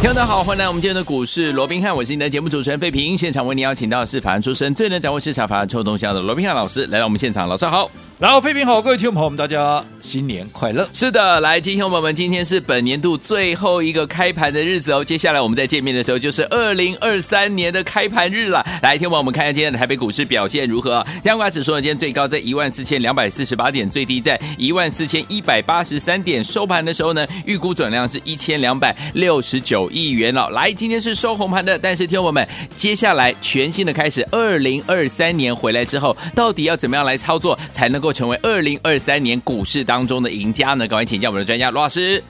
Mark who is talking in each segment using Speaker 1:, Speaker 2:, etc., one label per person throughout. Speaker 1: 听众大家好，欢迎来我们今天的股市罗宾汉，我是你的节目主持人费平。现场为您邀请到的是法案出身、最能掌握市场法案臭动向的罗宾汉老师来到我们现场，老师好。
Speaker 2: 然后，飞平好，各位听众朋友们，大家新年快乐！
Speaker 1: 是的，来，今天我们今天是本年度最后一个开盘的日子哦。接下来我们再见面的时候，就是二零二三年的开盘日了。来，听众朋友我们看一下今天的台北股市表现如何、啊？央股指数呢，今天最高在一万四千两百四十八点，最低在一万四千一百八十三点，收盘的时候呢，预估总量是一千两百六十九亿元了、哦。来，今天是收红盘的，但是听众朋友们，接下来全新的开始，二零二三年回来之后，到底要怎么样来操作才能够？成为二零二三年股市当中的赢家呢？赶快请教我们的专家罗老师。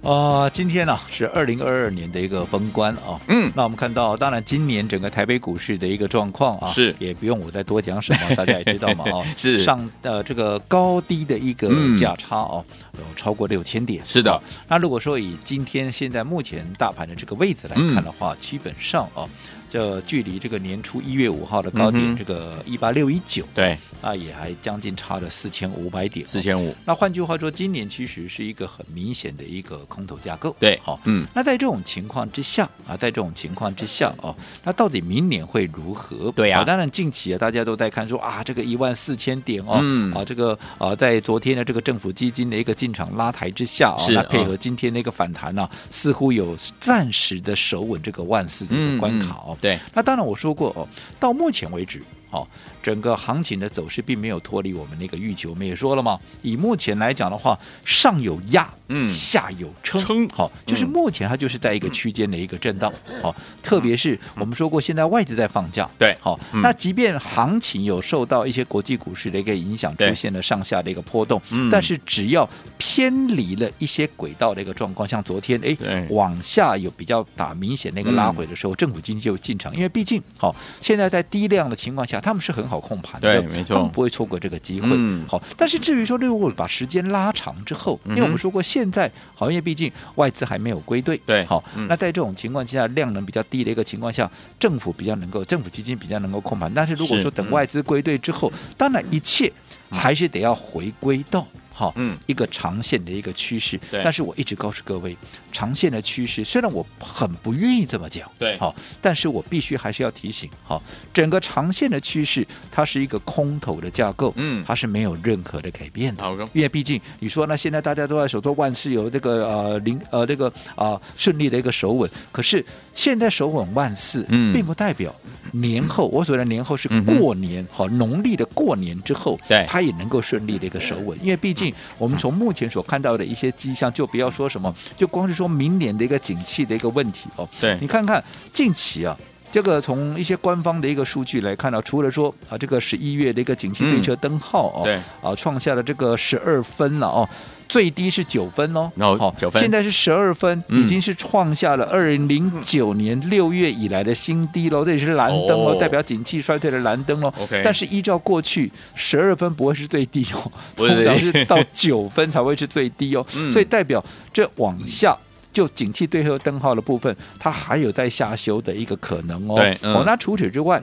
Speaker 2: 呃，今天呢、是二零二二年的一个封关啊，
Speaker 1: 嗯
Speaker 2: 那我们看到，当然今年整个台北股市的一个状况啊，
Speaker 1: 是
Speaker 2: 也不用我再多讲什 么，大家也知道嘛啊，
Speaker 1: 是
Speaker 2: 上呃这个高低的一个
Speaker 1: 嗯
Speaker 2: 价差哦，有超过六千点，
Speaker 1: 是的
Speaker 2: 啊那如果说以今天现在目前大盘的这个位置来看的话，基本上啊，这距离这个年初一月五号的
Speaker 1: 嗯哼
Speaker 2: 高点这个一八六一九，
Speaker 1: 对，
Speaker 2: 那也还将近差了四千五百点，
Speaker 1: 四千五，
Speaker 2: 那换句话说，今年其实是一个很明显的一个空头架构。
Speaker 1: 对
Speaker 2: 好、
Speaker 1: 嗯
Speaker 2: 那在这种情况之下啊，在这种情况之下哦，那到底明年会如何？
Speaker 1: 对呀
Speaker 2: 好当然近期啊，大家都在看说啊，这个一万四千点哦，
Speaker 1: 嗯
Speaker 2: 啊，这个啊，在昨天的这个政府基金的一个进场拉抬之下哦，
Speaker 1: 是啊
Speaker 2: 那配合今天的一个反弹呢、似乎有暂时的守稳这个万四的
Speaker 1: 嗯
Speaker 2: 一个关卡哦。
Speaker 1: 对，
Speaker 2: 那当然，我说过哦，到目前为止，哦，整个行情的走势并没有脱离我们那个预期。我们也说了嘛，以目前来讲的话，上有压，
Speaker 1: 嗯
Speaker 2: 下有撑，
Speaker 1: 撑嗯
Speaker 2: 好、就是目前它就是在一个区间的一个震荡，好、特别是我们说过，现在外资在放假，
Speaker 1: 嗯对
Speaker 2: 好、
Speaker 1: 嗯
Speaker 2: 那即便行情有受到一些国际股市的一个影响，
Speaker 1: 对
Speaker 2: 出现了上下的一个波动，
Speaker 1: 嗯
Speaker 2: 但是只要偏离了一些轨道的一个状况，像昨天，哎
Speaker 1: 对，
Speaker 2: 往下有比较打明显的一个拉回的时候，政府经济就进场，因为毕竟好、现在在低量的情况下，他们是很好控盘的，
Speaker 1: 对没错
Speaker 2: 他们不会错过这个机会。
Speaker 1: 嗯
Speaker 2: 好，但是至于说如果把时间拉长之后，因为我
Speaker 1: 嗯哼
Speaker 2: 们说过现在好，因为毕竟外资还没有归队，
Speaker 1: 对
Speaker 2: 好，
Speaker 1: 嗯
Speaker 2: 那在这种情况下，量能比较低的一个情况下，政府比较能够，政府基金比较能够控盘，但是如果
Speaker 1: 是
Speaker 2: 说等
Speaker 1: 嗯
Speaker 2: 外资归队之后，当然一切还是得要回归到。好，
Speaker 1: 嗯
Speaker 2: 一个长线的一个趋势，
Speaker 1: 对
Speaker 2: 但是我一直告诉各位，长线的趋势虽然我很不愿意这么讲，
Speaker 1: 对
Speaker 2: 好，但是我必须还是要提醒，好，整个长线的趋势它是一个空头的架构，
Speaker 1: 嗯
Speaker 2: 它是没有任何的改变的。
Speaker 1: 好的，
Speaker 2: 因为毕竟你说那现在大家都在手做万事有这个呃零呃这个啊、顺利的一个手稳，可是现在手稳万事，
Speaker 1: 嗯
Speaker 2: 并不代表年后我所谓的年后是
Speaker 1: 嗯哼
Speaker 2: 过年好、农历的过年之后，
Speaker 1: 对
Speaker 2: 它也能够顺利的一个手稳，因为毕竟我们从目前所看到的一些迹象，就不要说什么，就光是说明年的一个景气的一个问题哦，
Speaker 1: 对
Speaker 2: 你看看近期啊。这个从一些官方的一个数据来看呢、除了说啊，这个十一月的一个景气对车灯号哦，
Speaker 1: 对
Speaker 2: 啊，创下了这个十二分了哦，最低是九分哦，
Speaker 1: 哦
Speaker 2: 好
Speaker 1: 9分
Speaker 2: 现在是十二分，
Speaker 1: 嗯
Speaker 2: 已经是创下了二零零九年六月以来的新低喽，这也是蓝灯哦，
Speaker 1: 哦
Speaker 2: 代表景气衰退的蓝灯哦。
Speaker 1: OK
Speaker 2: 但是依照过去，十二分不会是最低哦，
Speaker 1: 不
Speaker 2: 通
Speaker 1: 是最低
Speaker 2: 常是到九分才会是最低哦，
Speaker 1: 嗯
Speaker 2: 所以代表这往下。就景气对后灯号的部分，它还有在下修的一个可能哦。
Speaker 1: 对嗯
Speaker 2: 哦，那除此之 外，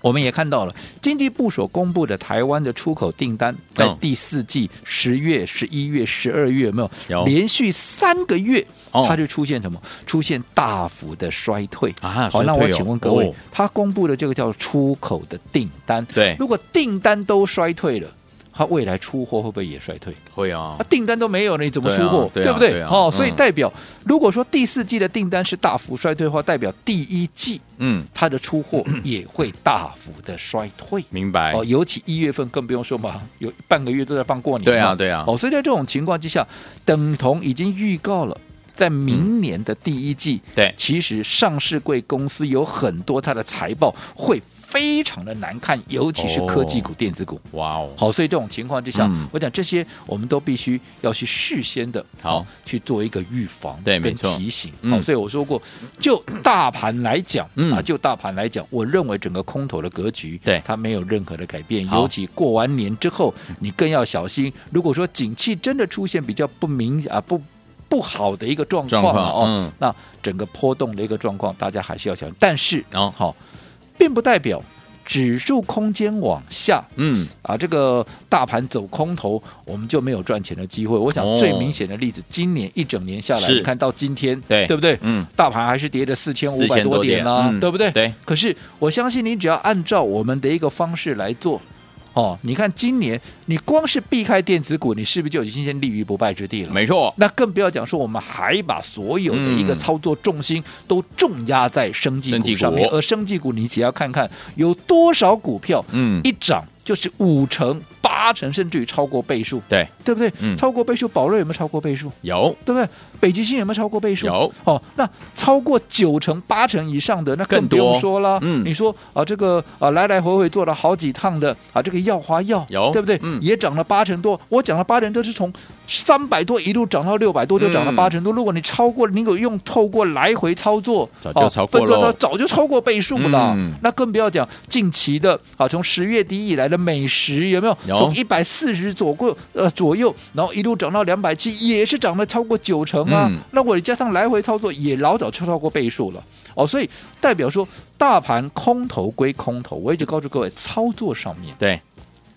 Speaker 2: 我们也看到了经济部所公布的台湾的出口订单，在
Speaker 1: 嗯
Speaker 2: 第四季十月、十一月、十二月有没有？
Speaker 1: 有
Speaker 2: 连续三个月，
Speaker 1: 哦
Speaker 2: 它就出现什么？出现大幅的衰退
Speaker 1: 啊
Speaker 2: 好，
Speaker 1: 衰退
Speaker 2: 那
Speaker 1: 哦
Speaker 2: 我请问各位，
Speaker 1: 哦
Speaker 2: 它公布的这个叫出口的订单，
Speaker 1: 对
Speaker 2: 如果订单都衰退了，它未来出货会不会也衰退？
Speaker 1: 会啊
Speaker 2: 啊，，订单都没有了，你怎么出货？
Speaker 1: 对啊对啊
Speaker 2: 不对？
Speaker 1: 对啊
Speaker 2: 哦
Speaker 1: 嗯，
Speaker 2: 所以代表，如果说第四季的订单是大幅衰退的话，代表第一季
Speaker 1: 嗯，
Speaker 2: 它的出货也会大幅的衰退。
Speaker 1: 明白，
Speaker 2: 哦，尤其一月份更不用说嘛，有半个月都在放过年嘛。
Speaker 1: 对啊对啊
Speaker 2: 哦，所以在这种情况之下，等同已经预告了在明年的第一季，
Speaker 1: 对
Speaker 2: 其实上市贵公司有很多它的财报会非常的难看，尤其是科技股、电子股。
Speaker 1: 哇哦，
Speaker 2: 好，所以这种情况之下，
Speaker 1: 嗯
Speaker 2: 我讲这些我们都必须要去事先的
Speaker 1: 好
Speaker 2: 哦去做一个预防，
Speaker 1: 对没错
Speaker 2: 提醒。
Speaker 1: 嗯
Speaker 2: 好，所以我说过，就大盘来讲，
Speaker 1: 嗯
Speaker 2: 啊，就大盘来讲，我认为整个空头的格局，
Speaker 1: 对
Speaker 2: 它没有任何的改变。
Speaker 1: 好
Speaker 2: 尤其过完年之后，你更要小心。如果说景气真的出现比较不明啊不。不好的一个状况
Speaker 1: 状
Speaker 2: 了
Speaker 1: 况
Speaker 2: 哦，
Speaker 1: 嗯
Speaker 2: 那整个波动的一个状况，大家还是要小心。但是，
Speaker 1: 哦
Speaker 2: 好、并不代表指数空间往下，
Speaker 1: 嗯，
Speaker 2: 啊，这个大盘走空头，我们就没有赚钱的机会。我想
Speaker 1: 哦
Speaker 2: 最明显的例子，今年一整年下来，
Speaker 1: 是
Speaker 2: 你看到今天，
Speaker 1: 对
Speaker 2: 对不对？
Speaker 1: 嗯，
Speaker 2: 大盘还是跌了四千五百
Speaker 1: 4000多
Speaker 2: 点
Speaker 1: 点
Speaker 2: 呢、
Speaker 1: 嗯
Speaker 2: 对不对？
Speaker 1: 对。
Speaker 2: 可是我相信你只要按照我们的一个方式来做。哦，你看今年你光是避开电子股，你是不是就已经先立于不败之地了？
Speaker 1: 没错，
Speaker 2: 那更不要讲说我们还把所有的一个
Speaker 1: 嗯
Speaker 2: 操作重心都重压在生技
Speaker 1: 生技
Speaker 2: 股
Speaker 1: 股
Speaker 2: 上面，而生技股你只要看看有多少股票，
Speaker 1: 嗯
Speaker 2: 一涨就是五成、八成，甚至于超过倍数，
Speaker 1: 对，
Speaker 2: 对不对？
Speaker 1: 嗯
Speaker 2: 超过倍数，宝瑞有没有超过倍数？
Speaker 1: 有
Speaker 2: 对不对？北极星有没有超过倍数？
Speaker 1: 有
Speaker 2: 哦，那超过九成、八成以上的，那更
Speaker 1: 更
Speaker 2: 不
Speaker 1: 多
Speaker 2: 用说了。
Speaker 1: 嗯
Speaker 2: 你说啊，这个啊，来来回回做了好几趟的啊，这个耀华药
Speaker 1: 有
Speaker 2: 对不对？
Speaker 1: 嗯
Speaker 2: 也涨了八成多。我讲了八成多是从三百多一路涨到六百多，就涨了
Speaker 1: 嗯
Speaker 2: 八成多。如果你超过，你有用透过来回操作，
Speaker 1: 早就
Speaker 2: 哦
Speaker 1: 超过
Speaker 2: 分段
Speaker 1: 喽
Speaker 2: 到早就超过倍数了。
Speaker 1: 嗯
Speaker 2: 那更不要讲近期的啊，从十月底以来的美食有没有？
Speaker 1: 有
Speaker 2: 从一百四十左右呃左右，然后一路涨到两百七，也是涨了超过九成啊。
Speaker 1: 嗯
Speaker 2: 那我加上来回操作，也老早就超过倍数了哦。所以代表说，大盘空头归空头，我一直告诉各位，操作上面
Speaker 1: 对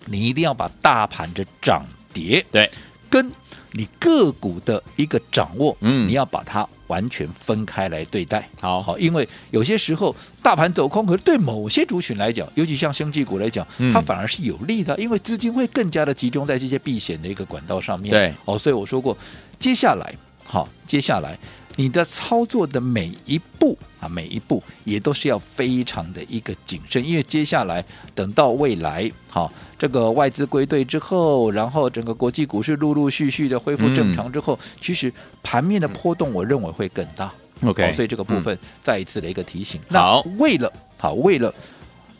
Speaker 2: 你一定要把大盘的涨跌
Speaker 1: 对，
Speaker 2: 跟你个股的一个掌握，
Speaker 1: 嗯
Speaker 2: 你要把它完全分开来对待。
Speaker 1: 好
Speaker 2: 好，因为有些时候大盘走空，可是对某些族群来讲，尤其像生技股来讲，
Speaker 1: 嗯
Speaker 2: 它反而是有利的，因为资金会更加的集中在这些避险的一个管道上面。
Speaker 1: 对，
Speaker 2: 哦，所以我说过，接下来，好，接下来你的操作的每一步啊，每一步也都是要非常的一个谨慎，因为接下来等到未来，好，这个外资归队之后，然后整个国际股市陆陆续续的恢复
Speaker 1: 嗯
Speaker 2: 正常之后，其实盘面的波动，我认为会更大。
Speaker 1: ，OK，嗯
Speaker 2: 好哦所以这个部分再一次的一个提醒。
Speaker 1: 好
Speaker 2: 那为了好，为了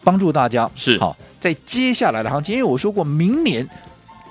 Speaker 2: 帮助大家
Speaker 1: 是
Speaker 2: 好，在接下来的行情，因为我说过，明年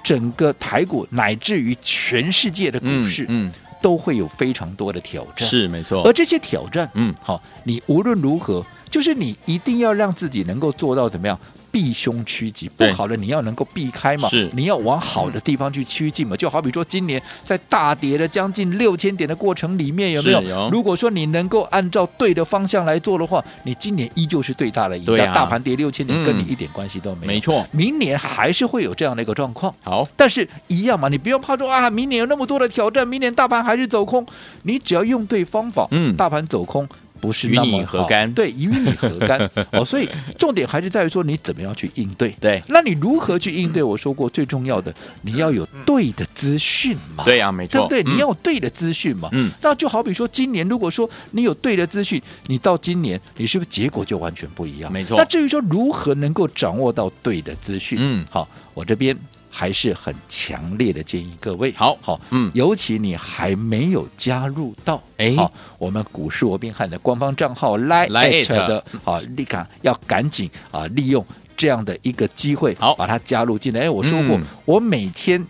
Speaker 2: 整个台股乃至于全世界的股
Speaker 1: 嗯
Speaker 2: 市、
Speaker 1: 嗯，
Speaker 2: 都会有非常多的挑战，，
Speaker 1: 是没错
Speaker 2: 而，这些挑战，
Speaker 1: 哦嗯，
Speaker 2: 好，你无论如何，就是你一定要让自己能够做到怎么样？避凶趋吉，不
Speaker 1: 对
Speaker 2: 好的你要能够避开嘛，
Speaker 1: 是
Speaker 2: 你要往好的地方去趋近嘛。就好比说，今年在大跌了将近六千点的过程里面，有没有？
Speaker 1: 是有
Speaker 2: 如果说你能够按照对的方向来做的话，你今年依旧是最大的赢
Speaker 1: 对
Speaker 2: 家。
Speaker 1: 啊
Speaker 2: 大盘跌六千点，
Speaker 1: 嗯
Speaker 2: 跟你一点关系都没有。
Speaker 1: 没，错，
Speaker 2: 明年还是会有这样的一个状况。
Speaker 1: 好，
Speaker 2: 但是一样嘛，你不要怕说啊，明年有那么多的挑战，明年大盘还是走空。你只要用对方法，
Speaker 1: 嗯
Speaker 2: 大盘走空不是那么
Speaker 1: 与你何干
Speaker 2: 好对，与你何 干？哦，所以重点还是在于说你怎么样去应对。
Speaker 1: 对
Speaker 2: 那你如何去应对？我说过，最重要的你要有对的资讯嘛。
Speaker 1: 对呀，没
Speaker 2: 对不
Speaker 1: 错，
Speaker 2: 啊对？
Speaker 1: 嗯
Speaker 2: 你要有对的资讯嘛。
Speaker 1: 嗯，
Speaker 2: 那就好比说，今年如果说你有对的资讯，你到今年你是不是结果就完全不一样？
Speaker 1: 没错
Speaker 2: 那至于说如何能够掌握到对的资讯，
Speaker 1: 嗯
Speaker 2: 好，我这边还是很强烈的建议各位，
Speaker 1: 好
Speaker 2: 好，
Speaker 1: 嗯
Speaker 2: 尤其你还没有加入到，
Speaker 1: 哎
Speaker 2: 好，我们股市罗宾汉的官方账号 Line
Speaker 1: Line it
Speaker 2: 的，好，立刻要赶紧啊，利用这样的一个机会，
Speaker 1: 好
Speaker 2: 把它加入进来。哎，我说过，
Speaker 1: 嗯
Speaker 2: 我每天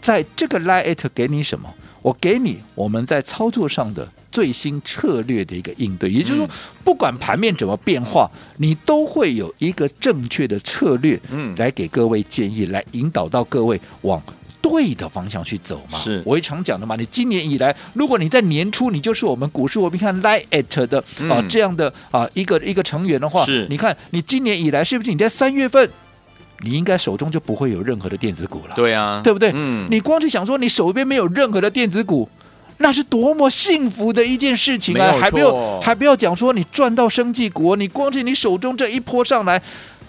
Speaker 2: 在这个 Line it 给你什么？我给你我们在操作上的最新策略的一个应对，也就是说
Speaker 1: 嗯，
Speaker 2: 不管盘面怎么变化，你都会有一个正确的策略，
Speaker 1: 嗯
Speaker 2: 来给各位建议，来引导到各位往。对的方向去走嘛，
Speaker 1: 是
Speaker 2: 我也常讲的嘛。你今年以来，如果你在年初你就是我们股市我们看 Line at 的、啊
Speaker 1: 嗯
Speaker 2: 这样的啊一个一个成员的话，
Speaker 1: 是
Speaker 2: 你看你今年以来是不是你在三月份，你应该手中就不会有任何的电子股了，
Speaker 1: 对啊，
Speaker 2: 对不对？
Speaker 1: 嗯，
Speaker 2: 你光是想说你手边没有任何的电子股，那是多么幸福的一件事情
Speaker 1: 没有
Speaker 2: 啊！
Speaker 1: 错
Speaker 2: 还不要还不要讲说你赚到生技股，你光是你手中这一波上来。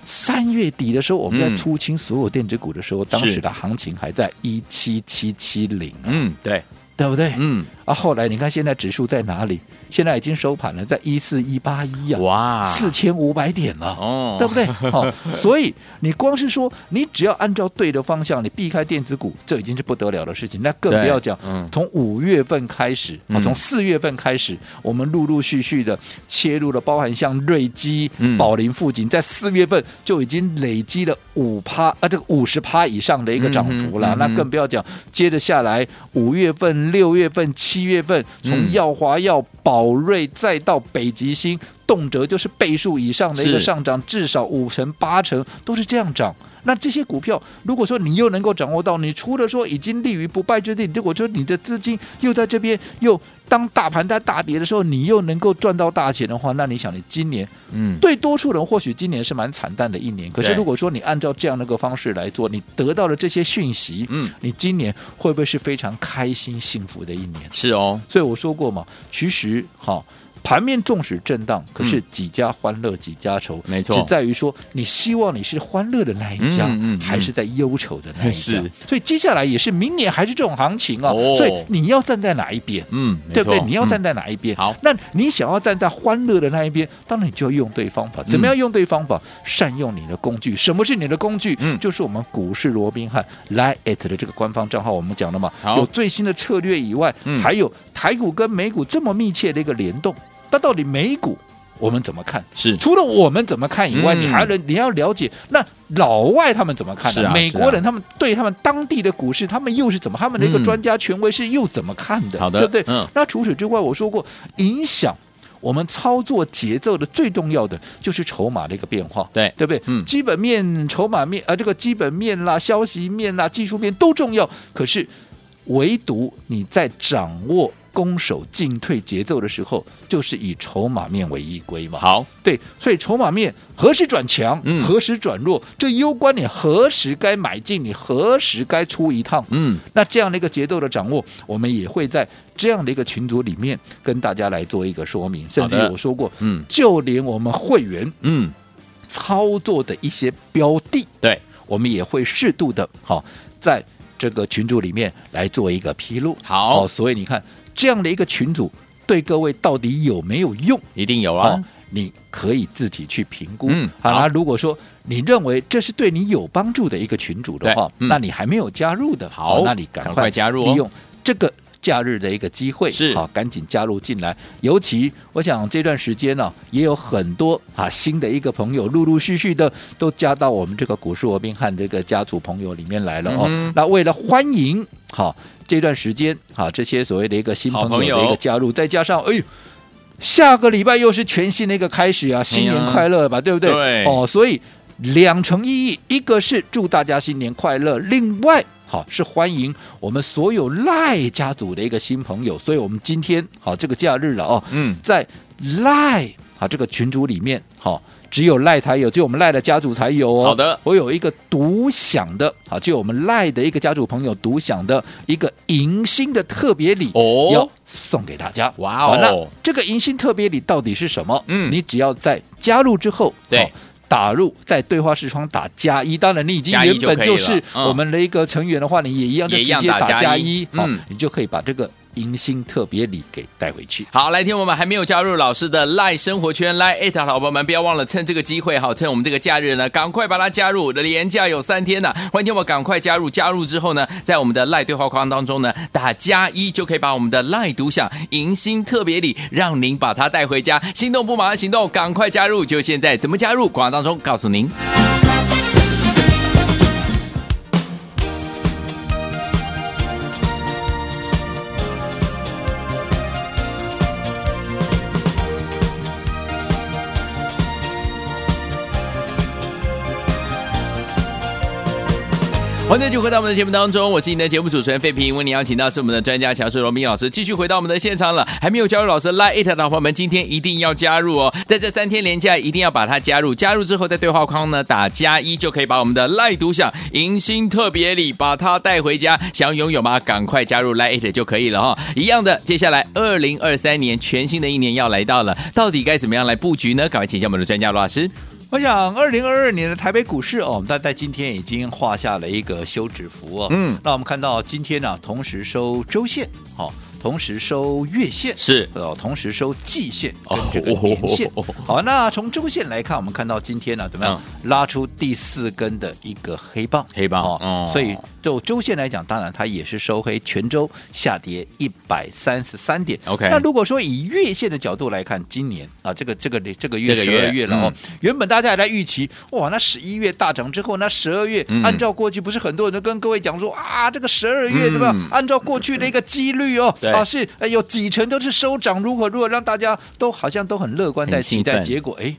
Speaker 2: 三月底的时候，我们在
Speaker 1: 嗯
Speaker 2: 出清所有电子股的时候，当时的行情还在一七七七零啊，
Speaker 1: 嗯，对，
Speaker 2: 对不对？
Speaker 1: 嗯，
Speaker 2: 啊，后来你看现在指数在哪里？现在已经收盘了，在一四一八一啊，
Speaker 1: 哇
Speaker 2: 四千五百点了，
Speaker 1: 哦
Speaker 2: 对 不对？好、所以你光是说，你只要按照对的方向，你避开电子股，这已经是不得了的事情。那更不
Speaker 1: 对
Speaker 2: 要讲，
Speaker 1: 嗯
Speaker 2: 从五月份开始，啊
Speaker 1: 嗯
Speaker 2: 从四月份开始，我们陆陆续续的切入了，包含像瑞基
Speaker 1: 嗯、
Speaker 2: 宝林附近，在四月份就已经累积了五趴啊，这个五十趴以上的一个涨幅
Speaker 1: 嗯
Speaker 2: 了。
Speaker 1: 哼嗯哼
Speaker 2: 那更不要讲，接着下来五月份、六月份、七月份，从
Speaker 1: 嗯
Speaker 2: 耀华药、宝瑞再到北极星。动辄就是倍数以上的一个
Speaker 1: 是
Speaker 2: 上涨，至少五成八成都是这样涨。那这些股票，如果说你又能够掌握到，你除了说已经立于不败之地，如果说你的资金又在这边，又当大盘在大跌的时候，你又能够赚到大钱的话，那你想，你今年
Speaker 1: 嗯，
Speaker 2: 对多数人或许今年是蛮惨淡的一年，可是
Speaker 1: 对
Speaker 2: 如果说你按照这样的一个方式来做，你得到了这些讯息，
Speaker 1: 嗯，
Speaker 2: 你今年会不会是非常开心幸福的一年？
Speaker 1: 是哦，
Speaker 2: 所以我说过嘛，其实哈、盘面纵使震荡，可是
Speaker 1: 嗯
Speaker 2: 几家欢乐几家愁，
Speaker 1: 没错
Speaker 2: 只在于说你希望你是欢乐的那一家，
Speaker 1: 嗯嗯嗯
Speaker 2: 还是在忧愁的那一家
Speaker 1: 是。
Speaker 2: 所以接下来也是明年还是这种行情啊，
Speaker 1: 哦
Speaker 2: 所以你要站在哪一边？
Speaker 1: 嗯，没
Speaker 2: 对不对？
Speaker 1: 错
Speaker 2: 你要站
Speaker 1: 嗯
Speaker 2: 在哪一边？
Speaker 1: 好
Speaker 2: 那你想要站在欢乐的那一边，当然你就要用对方法。
Speaker 1: 嗯
Speaker 2: 怎么样用对方法？善用你的工具。什么是你的工具？
Speaker 1: 嗯
Speaker 2: 就是我们股市罗宾汉 Line at 的这个官方账号，我们讲了嘛，
Speaker 1: 好
Speaker 2: 有最新的策略以外，
Speaker 1: 嗯
Speaker 2: 还有台股跟美股这么密切的一个联动，那到底美股我们怎么看？
Speaker 1: 是
Speaker 2: 除了我们怎么看以外，
Speaker 1: 嗯
Speaker 2: 你还能你要了解那老外他们怎么看
Speaker 1: 是
Speaker 2: 的、
Speaker 1: 啊
Speaker 2: 美
Speaker 1: 是
Speaker 2: 国
Speaker 1: 啊
Speaker 2: 人他们对他们当地的股市，他们又是怎么？他们的一个
Speaker 1: 嗯
Speaker 2: 专家权威是又怎么看的？
Speaker 1: 好的
Speaker 2: 对不对？
Speaker 1: 嗯
Speaker 2: 那除此之外，我说过，影响我们操作节奏的最重要的就是筹码的一个变化，
Speaker 1: 对
Speaker 2: 对不对？
Speaker 1: 嗯
Speaker 2: 基本面、筹码面啊、呃这个基本面啦、消息面啦、技术面都重要，可是唯独你在掌握。攻守进退节奏的时候，就是以筹码面为依归嘛。
Speaker 1: 好，
Speaker 2: 对，所以筹码面何时转强，
Speaker 1: 嗯
Speaker 2: 何时转弱，这攸关你何时该买进，你何时该出一趟。
Speaker 1: 嗯，
Speaker 2: 那这样的一个节奏的掌握，我们也会在这样的一个群组里面跟大家来做一个说明。甚至
Speaker 1: 好的
Speaker 2: 我说过，
Speaker 1: 嗯
Speaker 2: 就连我们会员
Speaker 1: 嗯，
Speaker 2: 操作的一些标的，
Speaker 1: 对，
Speaker 2: 我们也会适度的，好、在这个群组里面来做一个披露。
Speaker 1: 好
Speaker 2: 哦所以你看这样的一个群组对各位到底有没有用？
Speaker 1: 一定有
Speaker 2: 好，
Speaker 1: 啊，
Speaker 2: 你可以自己去评估。
Speaker 1: 嗯
Speaker 2: 好
Speaker 1: 好
Speaker 2: 啦，那如果说你认为这是对你有帮助的一个群主的话，
Speaker 1: 对嗯
Speaker 2: 那你还没有加入的，
Speaker 1: 好
Speaker 2: 哦那你赶
Speaker 1: 赶
Speaker 2: 快
Speaker 1: 快加入哦
Speaker 2: 利用这个。假日的一个机会
Speaker 1: 是
Speaker 2: 好，赶紧加入进来。尤其我想这段时间呢、也有很多啊新的一个朋友陆陆续续的都加到我们这个股市罗宾汉这个家族朋友里面来了哦。
Speaker 1: 嗯哼
Speaker 2: 那为了欢迎好这段时间好这些所谓的一个新
Speaker 1: 好
Speaker 2: 朋友
Speaker 1: 朋
Speaker 2: 的一
Speaker 1: 友
Speaker 2: 个加入，再加上哎呦下个礼拜又是全新的一个开始啊，新年快乐吧，对不对？
Speaker 1: 哎对
Speaker 2: 哦，所以两层意义，一个是祝大家新年快乐，另外。好，是欢迎我们所有赖家族的一个新朋友，所以我们今天好这个假日了哦，
Speaker 1: 嗯，
Speaker 2: 在赖好这个群组里面，好只有赖才有，只有我们赖的家族才有哦。
Speaker 1: 好的
Speaker 2: 我有一个独享的，好，只有我们赖的一个家族朋友独享的一个迎新的特别礼
Speaker 1: 哦
Speaker 2: 要送给大家。
Speaker 1: 哇哦
Speaker 2: 好那这个迎新特别礼到底是什么？
Speaker 1: 嗯
Speaker 2: 你只要在加入之后，
Speaker 1: 对
Speaker 2: 好。打入在对话视窗打加一，当然你已经
Speaker 1: 加一
Speaker 2: 原
Speaker 1: 就
Speaker 2: 本
Speaker 1: 可以
Speaker 2: 就
Speaker 1: 了
Speaker 2: 是
Speaker 1: 嗯
Speaker 2: 我们的一个成员的话，你也一样就
Speaker 1: 也
Speaker 2: 直
Speaker 1: 一样
Speaker 2: 接
Speaker 1: 打
Speaker 2: 打
Speaker 1: 加
Speaker 2: 加
Speaker 1: 一
Speaker 2: 一，好
Speaker 1: 嗯，
Speaker 2: 你就可以把这个迎新特别礼给带回去。
Speaker 1: 好，来听我们还没有加入老师的赖生活圈赖 at 的老朋友们，不要忘了趁这个机会哈，趁我们这个假日呢，赶快把它加入。连假有三天呢、欢迎我赶快加入。加入之后呢，在我们的赖对话框当中呢，打加一就可以把我们的赖独享迎新特别礼，让您把它带回家。心动不马上行动，赶快加入，就现在！怎么加入？广告当中告诉您。欢迎继续回到我们的节目当中，我是您的节目主持人费平，为您邀请到是我们的专家乔世荣斌老师，继续回到我们的现场了。还没有加入老师 Line 的伙伴们，今天一定要加入哦，在这三天连假一定要把它加入，加入之后在对话框呢打加一就可以把我们的 Line 独享迎新特别礼把它带回家，想拥有吗？赶快加入 Line 就可以了哈、哦。一样的，接下来二零二三年全新的一年要来到了，到底该怎么样来布局呢？赶快请教我们的专家罗老师。
Speaker 2: 我想，二零二二年的台北股市哦，我们在在今天已经画下了一个休止符哦。
Speaker 1: 嗯
Speaker 2: 那我们看到今天呢、同时收周线，好、哦同时收月线，
Speaker 1: 是
Speaker 2: 哦，同时收季线跟
Speaker 1: 哦
Speaker 2: 这个年 线
Speaker 1: 哦。
Speaker 2: 好，那从周线来看，我们看到今天呢、怎么样、拉出第四根的一个黑棒，
Speaker 1: 嗯黑棒哦
Speaker 2: 所以就周线来讲，当然它也是收黑，全周下跌一百三十三点。
Speaker 1: OK
Speaker 2: 那如果说以月线的角度来看，今年啊，这个这个这个
Speaker 1: 这
Speaker 2: 月
Speaker 1: 个
Speaker 2: 十
Speaker 1: 月嗯
Speaker 2: 二月了哦，原本大家还在预期，哇，那十一月大涨之后，那十二月、
Speaker 1: 嗯
Speaker 2: 按照过去不是很多人都跟各位讲说啊，这个十二月、对吧
Speaker 1: 嗯？
Speaker 2: 按照过去的一个几率哦，
Speaker 1: 对
Speaker 2: 啊是哎有几成都是收涨，如何如何让大家都好像都很乐观
Speaker 1: 很
Speaker 2: 在期
Speaker 1: 兴
Speaker 2: 待，
Speaker 1: 奋
Speaker 2: 结果哎。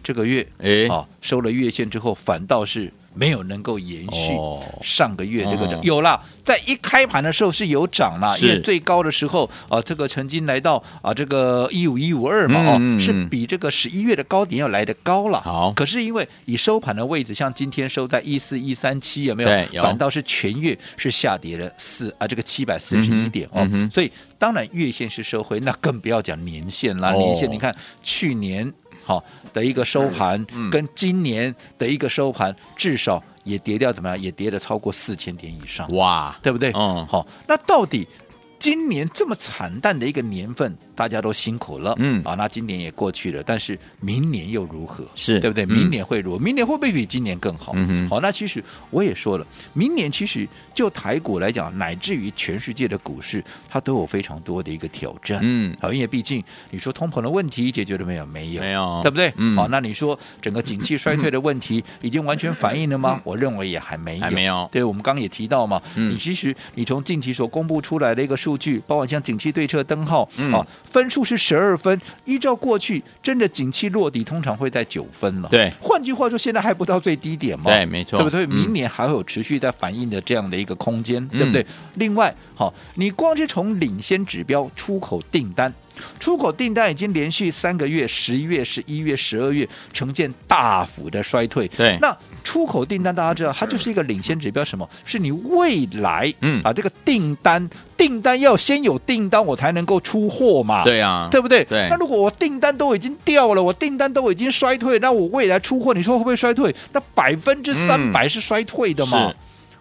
Speaker 2: 这个月，
Speaker 1: 哎
Speaker 2: 啊，收了月线之后，反倒是没有能够延续
Speaker 1: 哦
Speaker 2: 上个月这个涨。
Speaker 1: 嗯
Speaker 2: 有啦，在一开盘的时候是有涨啦，
Speaker 1: 是
Speaker 2: 因为最高的时候啊，这个曾经来到啊这个一五一五二嘛，
Speaker 1: 嗯嗯
Speaker 2: 哦，是
Speaker 1: 嗯
Speaker 2: 比这个十一月的高点要来的高了。
Speaker 1: 好
Speaker 2: 可是因为以收盘的位置，像今天收在一四一三七，有没有？
Speaker 1: 对有
Speaker 2: 反倒是全月是下跌了四啊，这个七百四十
Speaker 1: 嗯
Speaker 2: 一
Speaker 1: 哼
Speaker 2: 点、
Speaker 1: 嗯
Speaker 2: 哦
Speaker 1: 哼，
Speaker 2: 所以当然月线是收回，那更不要讲年线啦，
Speaker 1: 哦
Speaker 2: 年线你看去年好的一个收盘，跟今年的一个收盘，至少也跌掉怎么样？也跌了超过四千点以上，
Speaker 1: 哇，
Speaker 2: 对不对？
Speaker 1: 嗯
Speaker 2: 好，那到底今年这么惨淡的一个年份，大家都辛苦了，
Speaker 1: 嗯
Speaker 2: 啊，那今年也过去了，但是明年又如何？
Speaker 1: 是
Speaker 2: 对不对？
Speaker 1: 嗯
Speaker 2: 明年会如何？明年会不会比今年更好？
Speaker 1: 嗯哼
Speaker 2: 好，那其实我也说了，明年其实就台股来讲，乃至于全世界的股市，它都有非常多的一个挑战，
Speaker 1: 嗯
Speaker 2: 好，因为毕竟你说通膨的问题解决了没有？没有，
Speaker 1: 没有
Speaker 2: 对不哦对？
Speaker 1: 嗯
Speaker 2: 好，那你说整个景气衰退的问 题已经完全反映了吗？我认为也还没有，
Speaker 1: 嗯还没有
Speaker 2: 对，我们刚刚也提到嘛，
Speaker 1: 嗯
Speaker 2: 你其实你从近期所公布出来的一个数据，包括像景气对策灯号，
Speaker 1: 嗯
Speaker 2: 啊，分数是十二分，依照过去真的景气落底通常会在九分了。
Speaker 1: 对
Speaker 2: 换句话说，现在还不到最低点嘛。
Speaker 1: 对没错
Speaker 2: 对不对？
Speaker 1: 嗯
Speaker 2: 明年还会有持续在反映的这样的一个空间，对不对？另外，好，你光是从领先指标出口订单。出口订单已经连续三个月，十一月、十一月、十二月呈现大幅的衰退。
Speaker 1: 对
Speaker 2: 那出口订单大家知道，它就是一个领先指标，什么？是你未来，
Speaker 1: 嗯
Speaker 2: 啊，这个订单，订单要先有订单，我才能够出货嘛。。
Speaker 1: 对啊，
Speaker 2: 对不对？
Speaker 1: 对
Speaker 2: 那如果我订单都已经掉了，我订单都已经衰退，那我未来出货，你说会不会衰退？那百分之三百是衰退的嘛
Speaker 1: 嗯是？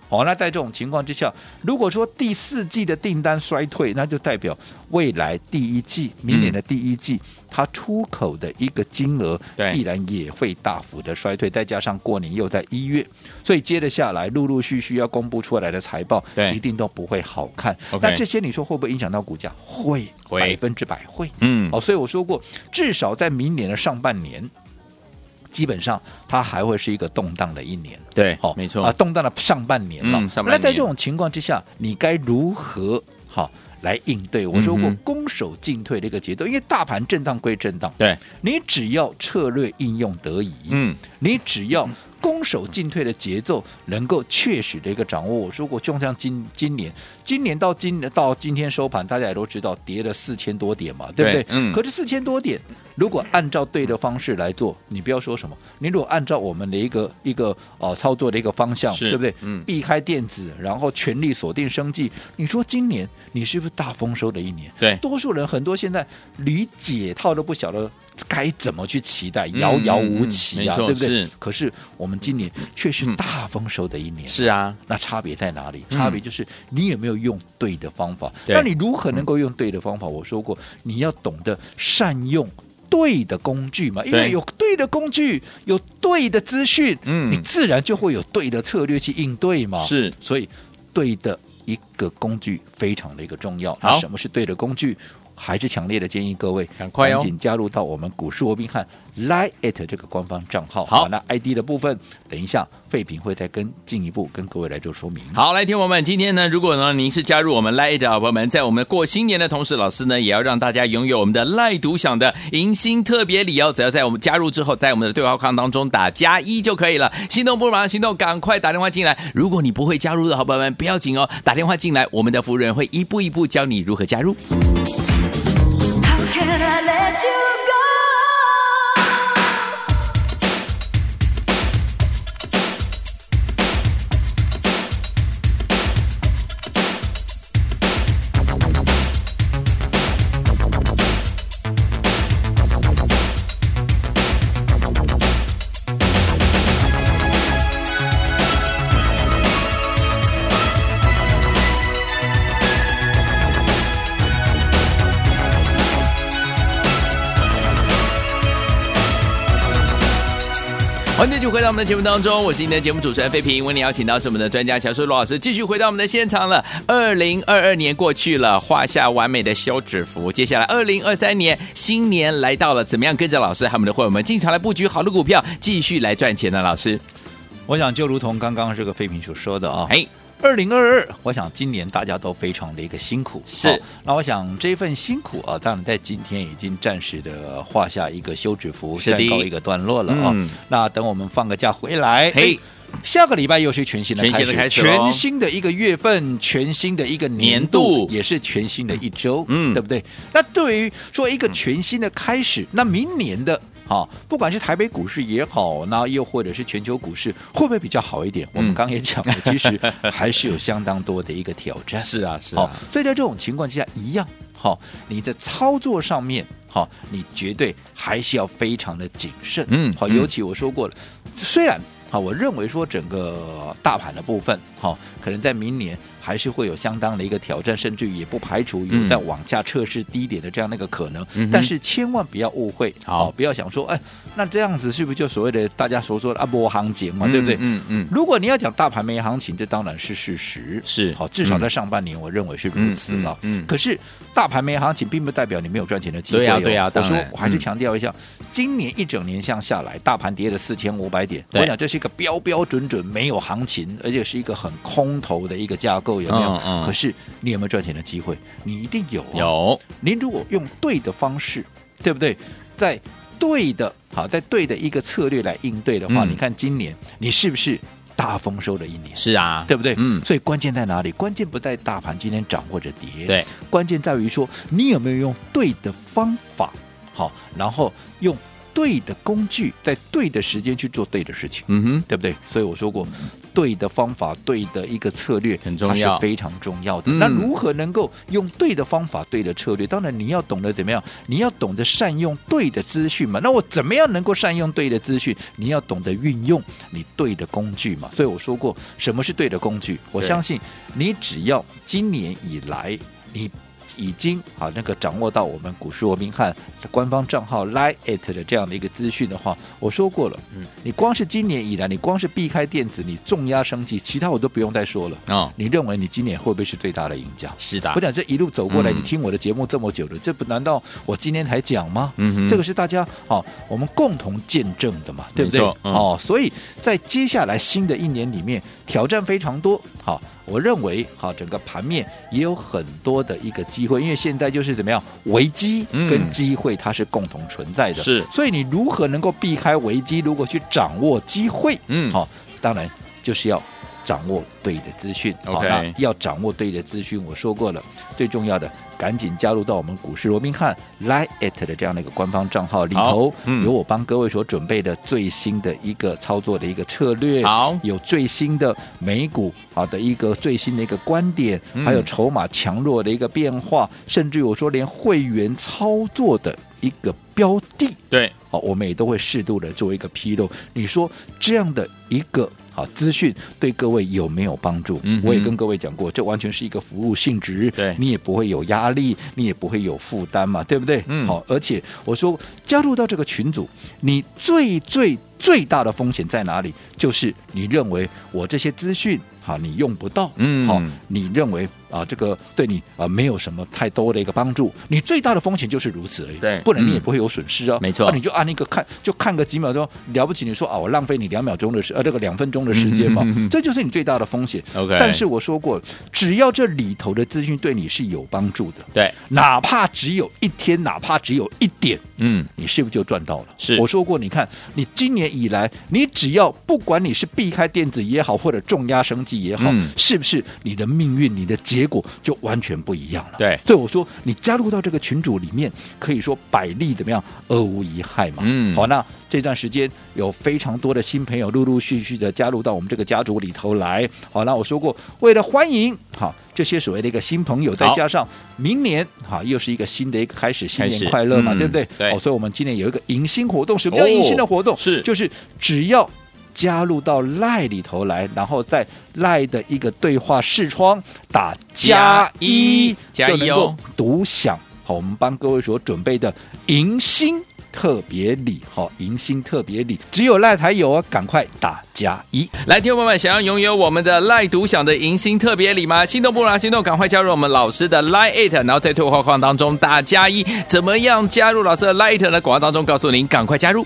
Speaker 2: 好、那在这种情况之下，如果说第四季的订单衰退，那就代表未来第一季、明年的第一季，它出口的一个金额
Speaker 1: 对
Speaker 2: 必然也会大幅的衰退，再加上过年又在一月，所以接着下来陆陆续续要公布出来的财报，
Speaker 1: 对
Speaker 2: 一定都不会好看。
Speaker 1: OK
Speaker 2: 那这些你说会不会影响到股价？会，
Speaker 1: 会
Speaker 2: 百分之百会。
Speaker 1: 嗯
Speaker 2: 哦，所以我说过，至少在明年的上半年，基本上它还会是一个动荡的一年。
Speaker 1: 对
Speaker 2: 好、
Speaker 1: 哎没错
Speaker 2: 啊，动荡的上半年了。
Speaker 1: 嗯上半年
Speaker 2: 那在这种情况之下，你该如何好、来应对？我说过
Speaker 1: 嗯哼，
Speaker 2: 攻守进退这个节奏，因为大盘震荡归震荡，
Speaker 1: 对，
Speaker 2: 你只要策略应用得宜，
Speaker 1: 嗯，
Speaker 2: 你只要攻守进退的节奏能够确实的一个掌握。我说过，就像今今年，今年到今到今天收盘，大家也都知道跌了四千多点嘛，对不
Speaker 1: 对
Speaker 2: 对？
Speaker 1: 嗯
Speaker 2: 可是四千多点，如果按照对的方式来做，你不要说什么，你如果按照我们的一个一个呃操作的一个方向，
Speaker 1: 是
Speaker 2: 对不对？
Speaker 1: 嗯
Speaker 2: 避开电子，然后全力锁定生计。你说今年你是不是大丰收的一年？
Speaker 1: 对
Speaker 2: 多数人很多现在理解套都不晓得该怎么去期待，遥遥无期啊，
Speaker 1: 嗯嗯嗯没错
Speaker 2: 对不对？
Speaker 1: 是嗯
Speaker 2: 可是我们今年却是大丰收的一年。
Speaker 1: 是啊，
Speaker 2: 那差别在哪里？
Speaker 1: 嗯
Speaker 2: 差别就是你有没有用对的方法。
Speaker 1: 对嗯
Speaker 2: 那你如何能够用对的方法？我说过，你要懂得善用对的工具嘛，因
Speaker 1: 对
Speaker 2: 为有对的工具，有对的资讯，
Speaker 1: 嗯
Speaker 2: 你自然就会有对的策略去应对嘛。
Speaker 1: 是
Speaker 2: 所以对的一个工具非常的一个重要。
Speaker 1: 好
Speaker 2: 那什么是对的工具？还是强烈的建议各位
Speaker 1: 赶快哦
Speaker 2: 赶紧加入到我们股市罗宾汉 Line at 这个官方账号。
Speaker 1: 好
Speaker 2: 那 ID 的部分，等一下废品会再跟进一步跟各位来做说明。
Speaker 1: 好，来，听我们，今天呢，如果呢您是加入我们 Light 的好朋友们，在我们过新年的同时，老师呢也要让大家拥有我们的赖独享的迎新特别礼哦，只要在我们加入之后，在我们的对话框当中打加一就可以了。心动不如马上行动，赶快打电话进来。如果你不会加入的好朋友们，不要紧哦，打电话进来，我们的服务人会一步一步教你如何加入。
Speaker 3: How can I let you go?
Speaker 4: 「
Speaker 1: 欢迎继续回到我们的节目当中，我是您的节目主持人费平，为您邀请到是我们的专家乔舒罗老师，继续回到我们的现场了。二零二二年过去了，画下完美的休止符。接下来，二零二三年新年来到了，怎么样跟着老师和我们的会员们进场来布局好的股票，继续来赚钱呢？老师，
Speaker 2: 我想就如同刚刚这个废品所说的啊，
Speaker 1: 哎，
Speaker 2: 二零二二，我想今年大家都非常的一个辛苦，
Speaker 1: 是
Speaker 2: 好那我想这份辛苦啊，当然在今天已经暂时的画下一个休止符，
Speaker 1: 是的
Speaker 2: 暂告一个段落了啊、
Speaker 1: 嗯
Speaker 2: 那等我们放个假回来，
Speaker 1: 嘿
Speaker 2: 哎下个礼拜又是全新的
Speaker 1: 全新的开始咯
Speaker 2: 全新的一个月份，全新的一个年
Speaker 1: 年
Speaker 2: 度，
Speaker 1: 度
Speaker 2: 也是全新的一周，
Speaker 1: 嗯
Speaker 2: 对不对？那对于说一个全新的开始，那明年的。好，不管是台北股市也好，那又或者是全球股市，会不会比较好一点？我们
Speaker 1: 嗯
Speaker 2: 刚刚也讲了，其实还是有相当多的一个挑战。
Speaker 1: 是啊，是
Speaker 2: 好、
Speaker 1: 啊，
Speaker 2: 所以在这种情况之下，一样好、你在操作上面，好、你绝对还是要非常的谨慎。
Speaker 1: 嗯
Speaker 2: 好、
Speaker 1: 嗯
Speaker 2: 尤其我说过了，虽然好、我认为说整个大盘的部分，好、可能在明年。还是会有相当的一个挑战，甚至于也不排除
Speaker 1: 嗯
Speaker 2: 有在往下测试低点的这样的一个可能。
Speaker 1: 嗯哼
Speaker 2: 但是千万不要误会，
Speaker 1: 好
Speaker 2: 哦不要想说，哎，那这样子是不是就所谓的大家所说的啊波行情嘛，对不对？
Speaker 1: 嗯嗯，
Speaker 2: 如果你要讲大盘没行情，这当然是事实，
Speaker 1: 是嗯
Speaker 2: 好，至少在上半年，我认为是哦如此了。
Speaker 1: 嗯嗯嗯
Speaker 2: 可是大盘没行情，并不代表你没有赚钱的机会、哦。
Speaker 1: 对呀对呀
Speaker 2: 我
Speaker 1: 当
Speaker 2: 说
Speaker 1: 然
Speaker 2: 我还是
Speaker 1: 嗯
Speaker 2: 强调一下，今年一整年向下来，大盘跌了四千五百点，
Speaker 1: 对
Speaker 2: 我想这是一个标标准准没有行情，而且是一个很空头的一个架构，有没有？
Speaker 1: 嗯嗯
Speaker 2: 可是你有没有赚钱的机会？你一定有、啊，
Speaker 1: 有，
Speaker 2: 您如果用对的方式，对不对？在对的，好，在对的一个策略来应对的话，
Speaker 1: 嗯
Speaker 2: 你看今年你是不是大丰收的一年？
Speaker 1: 是啊，
Speaker 2: 对不对？
Speaker 1: 嗯，
Speaker 2: 所以关键在哪里？关键不在大盘今天涨或者跌，
Speaker 1: 对，
Speaker 2: 关键在于说你有没有用对的方法，好，然后用对的工具，在对的时间去做对的事情。
Speaker 1: 嗯哼，
Speaker 2: 对不对？所以我说过，对的方法、对的一个策略
Speaker 1: 嗯很重要
Speaker 2: 它是非常重要的。
Speaker 1: 嗯
Speaker 2: 那如何能够用对的方法、对的策略？当然你要懂得怎么样，你要懂得善用对的资讯嘛。那我怎么样能够善用对的资讯？你要懂得运用你对的工具嘛。所以我说过，什么是对的工具？我
Speaker 1: 对
Speaker 2: 相信你只要今年以来你。已经啊，那个掌握到我们股市罗宾汉官方账号 lie it 的这样的一个资讯的话，我说过了，你光是今年以来，你光是避开电子，你重压升级，其他我都不用再说了。
Speaker 1: 哦，
Speaker 2: 你认为你今年会不会是最大的赢家？
Speaker 1: 是的
Speaker 2: 我，讲这一路走过来，
Speaker 1: 啊嗯
Speaker 2: 你听我的节目这么久了，这不难道我今天才讲吗？
Speaker 1: 嗯哼
Speaker 2: 这个是大家哦，我们共同见证的嘛，对不对
Speaker 1: 没错？嗯
Speaker 2: 哦，所以在接下来新的一年里面，挑战非常多。好、我认为好、整个盘面也有很多的一个机会，因为现在就是怎么样，危机
Speaker 1: 嗯
Speaker 2: 跟机会它是共同存在的，
Speaker 1: 是
Speaker 2: 所以你如何能够避开危机，如果去掌握机会，
Speaker 1: 嗯
Speaker 2: 好、当然就是要掌握对的资讯。好
Speaker 1: OK
Speaker 2: 那要掌握对的资讯，我说过了，最重要的赶紧加入到我们股市罗宾汉 Line at 的这样的一个官方账号里头
Speaker 1: 好，嗯
Speaker 2: 有我帮各位所准备的最新的一个操作的一个策略，
Speaker 1: 好
Speaker 2: 有最新的美股啊的一个最新的一个观点，
Speaker 1: 嗯
Speaker 2: 还有筹码强弱的一个变化，甚至我说连会员操作的一个标的。
Speaker 1: 对，
Speaker 2: 好，哦我们也都会适度的做一个披露。你说这样的一个好资讯对各位有没有帮助？
Speaker 1: 嗯哼
Speaker 2: 我也跟各位讲过，这完全是一个服务性质，
Speaker 1: 对
Speaker 2: 你也不会有压力，你也不会有负担嘛，对不对？
Speaker 1: 嗯
Speaker 2: 好，而且我说加入到这个群组，你最最最大的风险在哪里？就是你认为我这些资讯。好，你用不到，
Speaker 1: 嗯
Speaker 2: 好，你认为啊，这个对你啊没有什么太多的一个帮助，你最大的风险就是如此而已，
Speaker 1: 对
Speaker 2: 不然你
Speaker 1: 嗯
Speaker 2: 也不会有损失啊，
Speaker 1: 没错
Speaker 2: 啊你就按那个看，就看个几秒钟，了不起，你说啊，我浪费你两秒钟的时，呃，这个两分钟的时间嘛，
Speaker 1: 嗯哼哼哼
Speaker 2: 这就是你最大的风险。
Speaker 1: OK
Speaker 2: 但是我说过，只要这里头的资讯对你是有帮助的，
Speaker 1: 对，
Speaker 2: 哪怕只有一天，哪怕只有一点，
Speaker 1: 嗯，
Speaker 2: 你是不是就赚到了？
Speaker 1: 是
Speaker 2: 我说过，你看，你今年以来，你只要不管你是避开电子也好，或者重压升级也好，
Speaker 1: 嗯
Speaker 2: 是不是你的命运、你的结果就完全不一样了？
Speaker 1: 对
Speaker 2: 所以我说，你加入到这个群组里面，可以说百利怎么样，而无一害嘛。
Speaker 1: 嗯
Speaker 2: 好，那这段时间有非常多的新朋友陆陆续续的加入到我们这个家族里头来。好，那我说过，为了欢迎好这些所谓的一个新朋友，再
Speaker 1: 好
Speaker 2: 加上明年哈又是一个新的一个开始，新
Speaker 1: 开始
Speaker 2: 年快乐嘛，
Speaker 1: 嗯
Speaker 2: 对不对？
Speaker 1: 对
Speaker 2: 哦，所以我们今年有一个迎新活动，什么叫迎新的活动？
Speaker 1: 哦是
Speaker 2: 就是只要。加入到赖里头来，然后在赖的一个对话视窗打加一，
Speaker 1: 加一
Speaker 2: 就能够独享好我们帮各位所准备的迎新特别礼，好，迎新特别礼，只有赖才有啊，赶快打加一。
Speaker 1: 来，听众朋友们，想要拥有我们的赖独享的迎新特别礼吗？心动不如拿行动，赶快加入我们老师的 Line It，然后在对话框当中打加一。怎么样加入老师的 Line It 呢？广告当中告诉您，赶快加入。